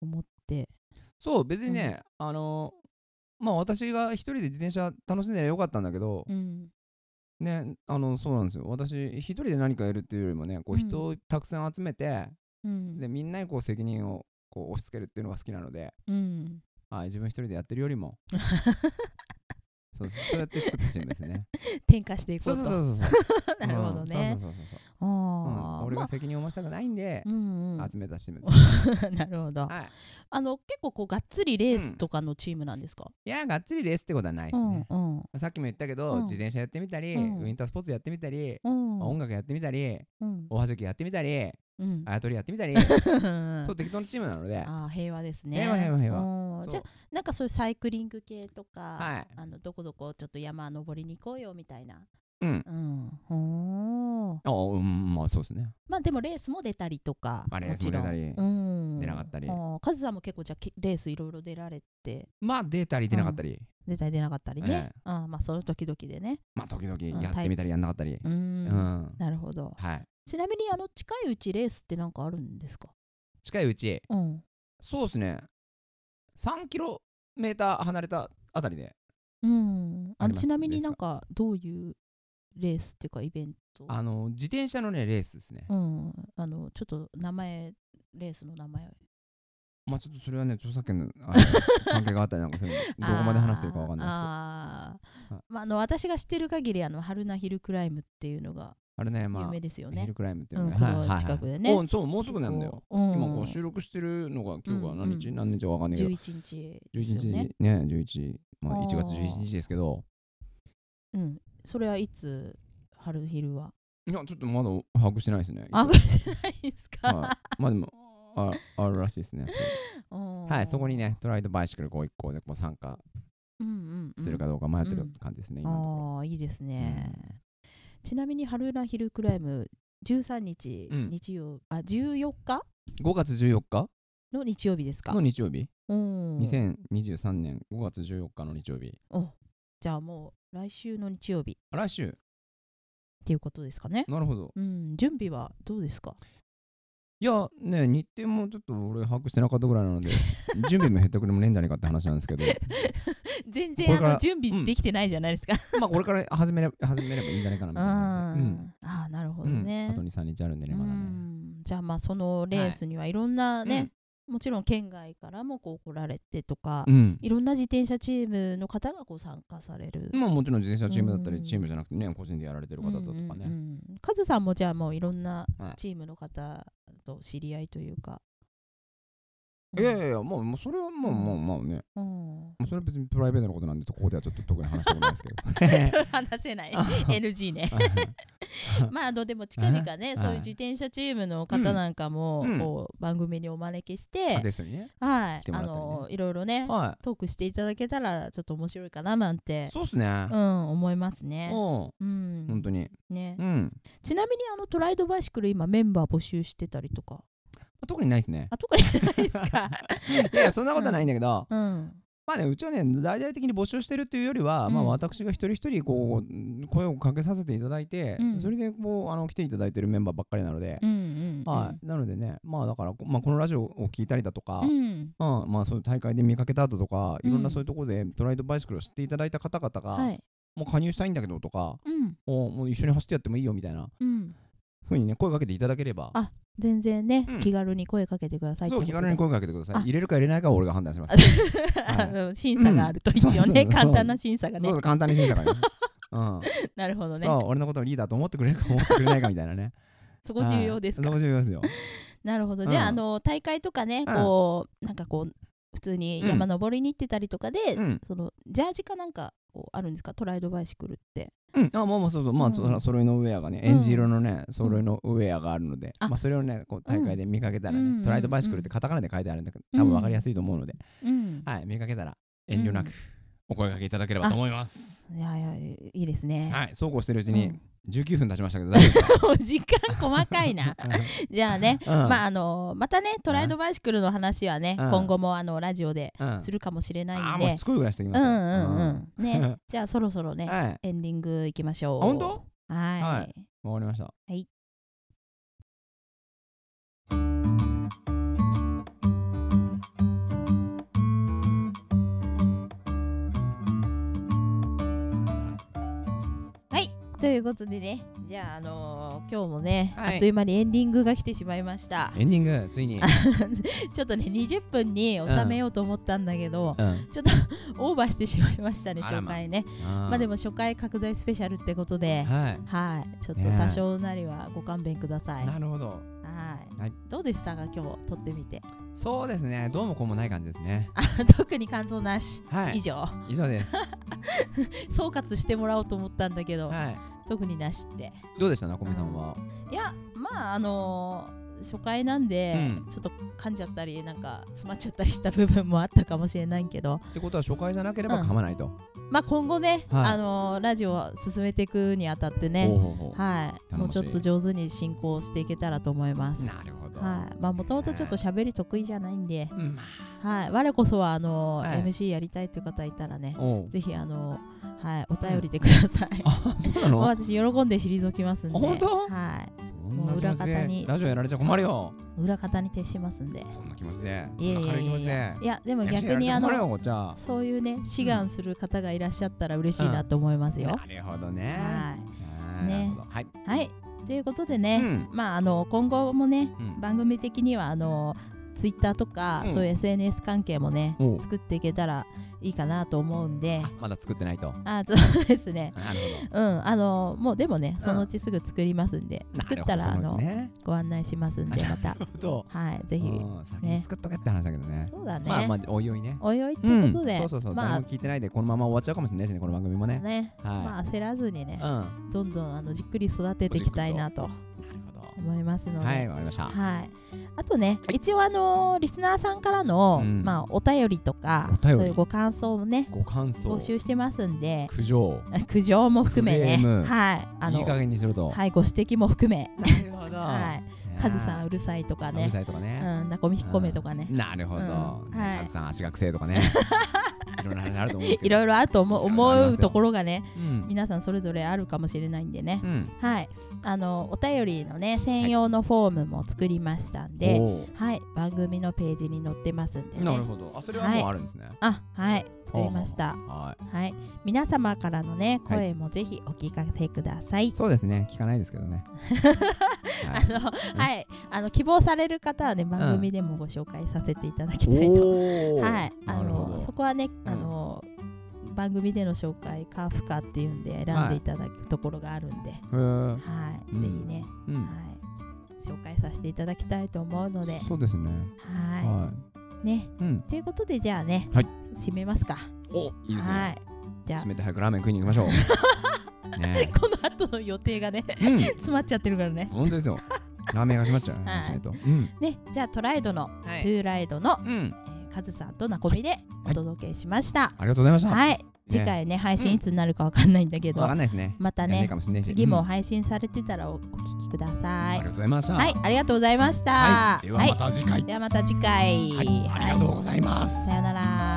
[SPEAKER 2] 思って
[SPEAKER 3] いそう別にねあのまあ私が一人で自転車楽しんでりゃよかったんだけど
[SPEAKER 2] うん
[SPEAKER 3] ねあのそうなんですよ私一人で何かやるっていうよりもねこう
[SPEAKER 2] うん
[SPEAKER 3] 人をたくさん集めて
[SPEAKER 2] うん
[SPEAKER 3] でみんなにこう責任をこう押し付けるっていうのが好きなので
[SPEAKER 2] うん
[SPEAKER 3] あ自分一人でやってるより もそうそうやって作ったチームで すね
[SPEAKER 2] 転化していこ
[SPEAKER 3] そううそ
[SPEAKER 2] と
[SPEAKER 3] うそうそ う
[SPEAKER 2] なるほどね
[SPEAKER 3] うん、そうそうそうそう
[SPEAKER 2] あ
[SPEAKER 3] そう、うん
[SPEAKER 2] あ
[SPEAKER 3] 俺
[SPEAKER 2] ま
[SPEAKER 3] が
[SPEAKER 2] あ
[SPEAKER 3] 責任を負わせたくないんで
[SPEAKER 2] う、んうん、
[SPEAKER 3] 集めたチームです、
[SPEAKER 2] なるほど
[SPEAKER 3] はい
[SPEAKER 2] あの結構こうがっつりレースとかのチームなんですか、
[SPEAKER 3] いやがっつりレースってことはないで
[SPEAKER 2] う
[SPEAKER 3] すね、
[SPEAKER 2] んうん
[SPEAKER 3] さっきも言ったけど、
[SPEAKER 2] うん
[SPEAKER 3] 自転車やってみたり、
[SPEAKER 2] うん
[SPEAKER 3] ウィンタースポーツやってみたり、
[SPEAKER 2] うん
[SPEAKER 3] 音楽やってみたり
[SPEAKER 2] うん
[SPEAKER 3] おはじきやってみたり
[SPEAKER 2] うん
[SPEAKER 3] あ やとりやってみたりそう適当なチームなので
[SPEAKER 2] あー平和ですね
[SPEAKER 3] 平和平和平和
[SPEAKER 2] うん
[SPEAKER 3] そう
[SPEAKER 2] じゃあなんかそういうサイクリング系とか、
[SPEAKER 3] はい
[SPEAKER 2] あのどこどこちょっと山登りに行こうよみたいな
[SPEAKER 3] うん
[SPEAKER 2] うんほー
[SPEAKER 3] あうんまあそうですね
[SPEAKER 2] まあでもレースも出たりとか
[SPEAKER 3] あレ
[SPEAKER 2] も
[SPEAKER 3] ースも
[SPEAKER 2] ちろん
[SPEAKER 3] 出たり
[SPEAKER 2] うん、
[SPEAKER 3] 出なかったり
[SPEAKER 2] あーカズさんも結構じゃあけレースいろいろ出られて
[SPEAKER 3] まあ出たり出なかったり、
[SPEAKER 2] 出たり出なかったりね
[SPEAKER 3] え、え
[SPEAKER 2] あーまあその時々でね
[SPEAKER 3] まあ時々
[SPEAKER 2] うん
[SPEAKER 3] やってみたりやんなかったり、
[SPEAKER 2] うーん
[SPEAKER 3] うん
[SPEAKER 2] なるほど
[SPEAKER 3] はい
[SPEAKER 2] ちなみにあの近いうちレースってなんかあるんですか
[SPEAKER 3] 近いうち
[SPEAKER 2] うん
[SPEAKER 3] そうですね3キロメーター離れたあたりで
[SPEAKER 2] うんあの
[SPEAKER 3] あります
[SPEAKER 2] ちなみになんかどういうレースっていうかイベント
[SPEAKER 3] あの自転車のねレースですね、
[SPEAKER 2] うんあのちょっと名前レースの名前
[SPEAKER 3] まあちょっとそれはね著作権の あの関係があったりなんかするんでどこまで話してるかわかんないです
[SPEAKER 2] です
[SPEAKER 3] けど
[SPEAKER 2] け
[SPEAKER 3] は
[SPEAKER 2] どまあ、あの私が知ってる限りあの春菜ヒルクライムっていうのが
[SPEAKER 3] あれねま
[SPEAKER 2] 有
[SPEAKER 3] あ
[SPEAKER 2] 名ですよ
[SPEAKER 3] ヒ
[SPEAKER 2] ね
[SPEAKER 3] ル。クライムっていうのね、
[SPEAKER 2] うん
[SPEAKER 3] はい
[SPEAKER 2] この
[SPEAKER 3] はいはい
[SPEAKER 2] 近くでね
[SPEAKER 3] おそうもうすぐなんだよ
[SPEAKER 2] こう。うん
[SPEAKER 3] 今こう収録してるのが今日が何日、
[SPEAKER 2] うんうん
[SPEAKER 3] 何日かわかんないけど
[SPEAKER 2] 11日です
[SPEAKER 3] 11
[SPEAKER 2] よ
[SPEAKER 3] 日
[SPEAKER 2] ね。
[SPEAKER 3] ね11日、まあ、1月
[SPEAKER 2] あー
[SPEAKER 3] 11日ですけど
[SPEAKER 2] うん、それはいつ春ヒルはい
[SPEAKER 3] やちょっとまだ把握してないですね
[SPEAKER 2] あ、これじゃないです
[SPEAKER 3] は
[SPEAKER 2] か。
[SPEAKER 3] い、まあでも ああるらしいですねそれ
[SPEAKER 2] うん
[SPEAKER 3] はいそこにねトライドバイシクルご一行でこう参加
[SPEAKER 2] うんうんうん
[SPEAKER 3] するかどうか迷って
[SPEAKER 2] う
[SPEAKER 3] る
[SPEAKER 2] ん
[SPEAKER 3] 感じですね、今のところ
[SPEAKER 2] ああいいですね。ちなみに春菜ヒルクライム13日、
[SPEAKER 3] うん
[SPEAKER 2] 日曜あ14日
[SPEAKER 3] 5月14日
[SPEAKER 2] の日曜日ですか。
[SPEAKER 3] の日曜日、
[SPEAKER 2] うん
[SPEAKER 3] 2023年5月14日の日曜日
[SPEAKER 2] おじゃあもう来週の日曜日っ
[SPEAKER 3] あ来週
[SPEAKER 2] ていうことですかね。
[SPEAKER 3] なるほど
[SPEAKER 2] うん、準備はどうですか
[SPEAKER 3] いやね日程もちょっと俺把握してなかったぐらいな ので準備もへったくれもねえんじゃねえかって話なんですけど
[SPEAKER 2] 全
[SPEAKER 3] こ
[SPEAKER 2] 然
[SPEAKER 3] れ
[SPEAKER 2] あ
[SPEAKER 3] から
[SPEAKER 2] の準備できてないじゃないですか。
[SPEAKER 3] まあこれから始めれ始めればいいんじゃないかなみ
[SPEAKER 2] う
[SPEAKER 3] たいな感じでうん
[SPEAKER 2] ん、ああなるほどね。
[SPEAKER 3] うんあと23日あるんでね
[SPEAKER 2] う
[SPEAKER 3] まだね
[SPEAKER 2] んじゃあまあそのレースにはいろんなね、もちろん県外からもこう来られてとか、
[SPEAKER 3] うん、
[SPEAKER 2] いろんな自転車チームの方がこう参加される。
[SPEAKER 3] まあもちろん自転車チームだった
[SPEAKER 2] う
[SPEAKER 3] り
[SPEAKER 2] ん
[SPEAKER 3] チームじゃなくてね個人でやられてる方だとか
[SPEAKER 2] うんうんう
[SPEAKER 3] ね
[SPEAKER 2] んカズさんもじゃあもういろんな
[SPEAKER 3] はい
[SPEAKER 2] チームの方と知り合いというか。
[SPEAKER 3] いやいやいやもうもうそれはもう
[SPEAKER 2] うん
[SPEAKER 3] もうまあね
[SPEAKER 2] うん、
[SPEAKER 3] もうそれは別にプライベートのことなんでここではちょっと特に話したことないですけど
[SPEAKER 2] 話せない NG ね。
[SPEAKER 3] はいはい
[SPEAKER 2] まああのでも近々ね
[SPEAKER 3] い
[SPEAKER 2] そういう自転車チームの方なんかも
[SPEAKER 3] うん
[SPEAKER 2] こう番組にお招きし
[SPEAKER 3] あ
[SPEAKER 2] て、
[SPEAKER 3] ですよね
[SPEAKER 2] はい
[SPEAKER 3] 来ても
[SPEAKER 2] あ
[SPEAKER 3] らったりね
[SPEAKER 2] のいろいろね
[SPEAKER 3] は
[SPEAKER 2] トークしていただけたらちょっと面白いかななん
[SPEAKER 3] い
[SPEAKER 2] て
[SPEAKER 3] そうっすね
[SPEAKER 2] うん思いますね。
[SPEAKER 3] お
[SPEAKER 2] う
[SPEAKER 3] うん本
[SPEAKER 2] ん
[SPEAKER 3] 当に
[SPEAKER 2] ね
[SPEAKER 3] うん
[SPEAKER 2] ちなみにあのトライドバイシクル今メンバー募集してたりとか
[SPEAKER 3] 特にないですね
[SPEAKER 2] あ特にないです か。
[SPEAKER 3] いやそんなことはないんだけど
[SPEAKER 2] うん
[SPEAKER 3] まあねうちはね大々的に募集してるっていうよりはまあ
[SPEAKER 2] うん
[SPEAKER 3] 私が一人一人こう声をかけさせていただいて
[SPEAKER 2] うん
[SPEAKER 3] それでこうあの来ていただいてるメンバーばっかりなので
[SPEAKER 2] うんうんうん
[SPEAKER 3] はい、なのでね、まあだから、こまあ、このラジオを聞いたりだとか、
[SPEAKER 2] うん
[SPEAKER 3] うんまあ、そういう大会で見かけた後とか、
[SPEAKER 2] うん
[SPEAKER 3] いろんなそういうところでトライドバイシクルを知っていただいた方々が、
[SPEAKER 2] はい
[SPEAKER 3] もう加入したいんだけどとか、
[SPEAKER 2] うん
[SPEAKER 3] おもう一緒に走ってやってもいいよみたいな
[SPEAKER 2] うん
[SPEAKER 3] 風にね、声かけていただければ
[SPEAKER 2] あ、全然ね、
[SPEAKER 3] うん
[SPEAKER 2] 気軽に声かけてくださいって
[SPEAKER 3] そ
[SPEAKER 2] こ
[SPEAKER 3] う、
[SPEAKER 2] と
[SPEAKER 3] 気
[SPEAKER 2] で
[SPEAKER 3] 軽に声かけてくださ
[SPEAKER 2] あ
[SPEAKER 3] い。入れるか入れないかは俺が判断します。
[SPEAKER 2] あの審査があると一応ね、
[SPEAKER 3] うん
[SPEAKER 2] 簡単な審査が
[SPEAKER 3] そ
[SPEAKER 2] ね
[SPEAKER 3] うそう、簡単に審査がね。うん、
[SPEAKER 2] なるほどね
[SPEAKER 3] そう俺のことをリーダーと思ってくれるか思ってくれないかみた いなね。
[SPEAKER 2] そこ重要ですか
[SPEAKER 3] はいそこ重要ですよ。
[SPEAKER 2] なるほどじゃあ,、
[SPEAKER 3] うん
[SPEAKER 2] あの大会とかね
[SPEAKER 3] うん
[SPEAKER 2] こうなんかこう普通に山登りに行ってたりとかで、
[SPEAKER 3] うん、
[SPEAKER 2] そのジャージかなんかこうあるんですかトライドバイシクルって
[SPEAKER 3] うん、あまあまあそうそうまあ、
[SPEAKER 2] うん
[SPEAKER 3] そら揃いのウェアがね
[SPEAKER 2] うん
[SPEAKER 3] エンジ色のね揃いのウェアがあるので、
[SPEAKER 2] あ
[SPEAKER 3] まあそれをねこう大会で見かけたらね、
[SPEAKER 2] うん
[SPEAKER 3] トライドバイシクルってカタカナで書いてあるんだけど多分分かりやすいと思うので、
[SPEAKER 2] うん
[SPEAKER 3] はい見かけたら遠慮なく、
[SPEAKER 2] うん
[SPEAKER 3] お声掛けいただければと思います。
[SPEAKER 2] いやいやいいですね、
[SPEAKER 3] はい、そうこうしてるうち
[SPEAKER 2] う
[SPEAKER 3] に
[SPEAKER 2] ん
[SPEAKER 3] 19分経ちましたけど、大丈夫 ですか
[SPEAKER 2] お時間細かいなじゃあね
[SPEAKER 3] うん
[SPEAKER 2] まああのまたねトライドバイシクルの話はね
[SPEAKER 3] うん
[SPEAKER 2] 今後もあのラジオで
[SPEAKER 3] うん
[SPEAKER 2] するかもしれないん
[SPEAKER 3] あーも
[SPEAKER 2] で
[SPEAKER 3] うしつこいぐらいしてきま
[SPEAKER 2] うん
[SPEAKER 3] すよ
[SPEAKER 2] うんうん
[SPEAKER 3] う
[SPEAKER 2] ね
[SPEAKER 3] ん
[SPEAKER 2] じゃあそろそろね
[SPEAKER 3] はい。あ
[SPEAKER 2] エンディングいきましょう
[SPEAKER 3] 本当
[SPEAKER 2] はい
[SPEAKER 3] はわかりました。
[SPEAKER 2] はい。はいということでねじゃああのー今日もね、
[SPEAKER 3] はい
[SPEAKER 2] あっという間にエンディングが来てしまいました
[SPEAKER 3] エンディングつ いに、
[SPEAKER 2] ちょっとね20分に収めようと思ったんだけど、
[SPEAKER 3] うん
[SPEAKER 2] ちょっとオーバーしてしまいましたね
[SPEAKER 3] あら
[SPEAKER 2] 初
[SPEAKER 3] ま
[SPEAKER 2] 回ねまあでも初回拡大スペシャルってことで
[SPEAKER 3] は
[SPEAKER 2] はいちょっと
[SPEAKER 3] ねえ
[SPEAKER 2] 多少なりはご勘弁くださ
[SPEAKER 3] い。
[SPEAKER 2] い
[SPEAKER 3] なるほど。
[SPEAKER 2] はい、
[SPEAKER 3] はい
[SPEAKER 2] どうでしたか今日撮ってみて
[SPEAKER 3] そうですね。どうもこうもない感じですね。
[SPEAKER 2] 特に感想なし、
[SPEAKER 3] はい
[SPEAKER 2] 以。上
[SPEAKER 3] 以上です。
[SPEAKER 2] 総括してもらおうと思ったんだけど、
[SPEAKER 3] は
[SPEAKER 2] 特になしって
[SPEAKER 3] い。どうでしたなこみさんは。
[SPEAKER 2] いやまああのー初回なんで、
[SPEAKER 3] うん
[SPEAKER 2] ちょっと噛んじゃったりなんか詰まっちゃったりした部分もあったかもしれないけど
[SPEAKER 3] ってことは初回じゃなければ噛まないと。
[SPEAKER 2] まあ今後ね、
[SPEAKER 3] はい
[SPEAKER 2] あのーラジオを進めていくにあたって
[SPEAKER 3] ほう
[SPEAKER 2] ね
[SPEAKER 3] ほうほう
[SPEAKER 2] はい
[SPEAKER 3] 頼
[SPEAKER 2] もう
[SPEAKER 3] もしい
[SPEAKER 2] ちょっと上手に進行していけたらと思います
[SPEAKER 3] なるほど。
[SPEAKER 2] はいまあもともとちょっと喋り得意じゃないんで
[SPEAKER 3] うんま
[SPEAKER 2] はい、我こそはあの、
[SPEAKER 3] はい
[SPEAKER 2] MC やりたいという方いたらね
[SPEAKER 3] あ、、おう
[SPEAKER 2] ぜひあの、はい、お便りでください。
[SPEAKER 3] あ、そう
[SPEAKER 2] もう
[SPEAKER 3] なの。
[SPEAKER 2] 私喜んで退きますんで、
[SPEAKER 3] あ本当
[SPEAKER 2] は
[SPEAKER 3] そんな
[SPEAKER 2] もう
[SPEAKER 3] 気
[SPEAKER 2] 裏
[SPEAKER 3] 持ち
[SPEAKER 2] 方に
[SPEAKER 3] でラジオやられちゃ困るよ。
[SPEAKER 2] い、裏方に徹しますんで。
[SPEAKER 3] そんな気持ちで、そ
[SPEAKER 2] いや
[SPEAKER 3] ん
[SPEAKER 2] い
[SPEAKER 3] な
[SPEAKER 2] や
[SPEAKER 3] 軽
[SPEAKER 2] い
[SPEAKER 3] い気
[SPEAKER 2] や
[SPEAKER 3] 持ち
[SPEAKER 2] い
[SPEAKER 3] で
[SPEAKER 2] や。。いやでも
[SPEAKER 3] いや
[SPEAKER 2] 逆に
[SPEAKER 3] や
[SPEAKER 2] あ
[SPEAKER 3] られちゃ困る
[SPEAKER 2] の
[SPEAKER 3] よじゃあ
[SPEAKER 2] そういうね志願する方がいらっしゃったら嬉しいなと思いますよ。
[SPEAKER 3] なるほどね。
[SPEAKER 2] は
[SPEAKER 3] あー
[SPEAKER 2] ね
[SPEAKER 3] なるほどはい。
[SPEAKER 2] い、はい、ということで
[SPEAKER 3] う
[SPEAKER 2] ね、
[SPEAKER 3] ん
[SPEAKER 2] まああの今後もね
[SPEAKER 3] うん
[SPEAKER 2] 番組的にはあの。ツイッターとか、
[SPEAKER 3] うん
[SPEAKER 2] そういう SNS 関係もね
[SPEAKER 3] おう
[SPEAKER 2] 作っていけたらいいかなと思うんで
[SPEAKER 3] あまだ作ってないと。
[SPEAKER 2] あそうですね
[SPEAKER 3] なる
[SPEAKER 2] うん、あのもうでもね、そのうちすぐ作りますんで
[SPEAKER 3] ほ、ど。
[SPEAKER 2] 作ったら
[SPEAKER 3] な
[SPEAKER 2] あ
[SPEAKER 3] るほど
[SPEAKER 2] の、
[SPEAKER 3] そうですね
[SPEAKER 2] ご案内しますんで、ま た、
[SPEAKER 3] なるほど
[SPEAKER 2] はい、ぜひ、
[SPEAKER 3] うん先に作っとけって話だけどね。
[SPEAKER 2] そうだね、
[SPEAKER 3] まあまあおいおいね。
[SPEAKER 2] おいおいってことで、
[SPEAKER 3] そうそうそう。
[SPEAKER 2] まあ
[SPEAKER 3] 誰も聞いてないでこのまま終わっちゃうかもしれないしねこの番組もね。
[SPEAKER 2] ね、ま
[SPEAKER 3] は
[SPEAKER 2] あ焦らずに
[SPEAKER 3] い。うん。
[SPEAKER 2] ね、
[SPEAKER 3] な
[SPEAKER 2] どんどんあのじっくり育てていきたいなと
[SPEAKER 3] るほど。
[SPEAKER 2] 思いますので、
[SPEAKER 3] はい、わかりました。
[SPEAKER 2] はいあとね、一応あのリスナーさんからの、
[SPEAKER 3] うん
[SPEAKER 2] まあお便りとか
[SPEAKER 3] お便り
[SPEAKER 2] そういうご感想もね、
[SPEAKER 3] ご感想
[SPEAKER 2] 募、集してますんで、
[SPEAKER 3] 苦情、
[SPEAKER 2] 苦情も含めね
[SPEAKER 3] クレー、ム
[SPEAKER 2] はい、あ
[SPEAKER 3] いい加減にしろと。
[SPEAKER 2] はい、ご指摘も含め、
[SPEAKER 3] なるほど。
[SPEAKER 2] はい。カズさんうるさいとか
[SPEAKER 3] うる
[SPEAKER 2] ね、
[SPEAKER 3] さいとかね。
[SPEAKER 2] うん、なこみひこめとかね、
[SPEAKER 3] なるほ
[SPEAKER 2] うん
[SPEAKER 3] ど。
[SPEAKER 2] はい
[SPEAKER 3] ねカズさん足が癖 とかね。いろんな話あると思うんですけど。
[SPEAKER 2] いろいろあると思う
[SPEAKER 3] いろいろあります
[SPEAKER 2] 思
[SPEAKER 3] よ
[SPEAKER 2] うところがね、
[SPEAKER 3] うん。
[SPEAKER 2] 皆さんそれぞれあるかもしれないんでね
[SPEAKER 3] う、ん。
[SPEAKER 2] はい、あのお便りのね専用のフォームも作りましたんで、
[SPEAKER 3] お
[SPEAKER 2] はい、番組のページに載ってますんで
[SPEAKER 3] ーなる
[SPEAKER 2] ね。
[SPEAKER 3] ほど。あ、それはもうあるんですね。
[SPEAKER 2] あ、はい、作りました。
[SPEAKER 3] は
[SPEAKER 2] はい、皆様からのね
[SPEAKER 3] はい
[SPEAKER 2] 声もぜひお聞かせください
[SPEAKER 3] い。。そうですね。聞かないですけどね。は
[SPEAKER 2] あ
[SPEAKER 3] い
[SPEAKER 2] の、はい、あの希望される方はね番組でもご紹介させていただきたいと
[SPEAKER 3] おお。
[SPEAKER 2] はい、あ
[SPEAKER 3] なるほ
[SPEAKER 2] の
[SPEAKER 3] ど
[SPEAKER 2] そこはね、
[SPEAKER 3] うん
[SPEAKER 2] あの番組での紹介か不可っていうんで選んでいただくところがあるんで、は
[SPEAKER 3] へ
[SPEAKER 2] い、
[SPEAKER 3] ーうん
[SPEAKER 2] ぜひね、
[SPEAKER 3] うん。
[SPEAKER 2] はい、紹介させていただきたいと思うので、
[SPEAKER 3] そうですね。
[SPEAKER 2] は、
[SPEAKER 3] はい
[SPEAKER 2] ね、
[SPEAKER 3] い。うん。
[SPEAKER 2] ということでじゃあね、
[SPEAKER 3] はい
[SPEAKER 2] 締めますか。
[SPEAKER 3] お、いいです
[SPEAKER 2] は
[SPEAKER 3] ね。
[SPEAKER 2] い、 じゃ
[SPEAKER 3] 冷たい早くラーメン食いに行きましょう。ね
[SPEAKER 2] あこの後の予定がね
[SPEAKER 3] え。うん。
[SPEAKER 2] 詰まっちゃってるからね。
[SPEAKER 3] 本当ですよ。ラーメンが閉まっちゃうね。
[SPEAKER 2] はい
[SPEAKER 3] しないと。うん。
[SPEAKER 2] ね、じゃあトライドの、
[SPEAKER 3] は
[SPEAKER 2] ト。ゥーライドの、
[SPEAKER 3] うん
[SPEAKER 2] え。ーカズさんとナコミでお届けしました。
[SPEAKER 3] ありがとうございました。
[SPEAKER 2] はい、次回ね配信いつになるかわかんないんだけど、
[SPEAKER 3] わかんないですね。
[SPEAKER 2] また
[SPEAKER 3] やんな
[SPEAKER 2] ね
[SPEAKER 3] いかもしれないし
[SPEAKER 2] 次も
[SPEAKER 3] うん
[SPEAKER 2] 配信されてたらおお聞きくだ
[SPEAKER 3] あ
[SPEAKER 2] さい
[SPEAKER 3] りが。とうございました。
[SPEAKER 2] はい、ありがとうございました。
[SPEAKER 3] はいではま
[SPEAKER 2] は
[SPEAKER 3] た次回。
[SPEAKER 2] いではまた次回。
[SPEAKER 3] はい。ありがとうございます。
[SPEAKER 2] さよなら。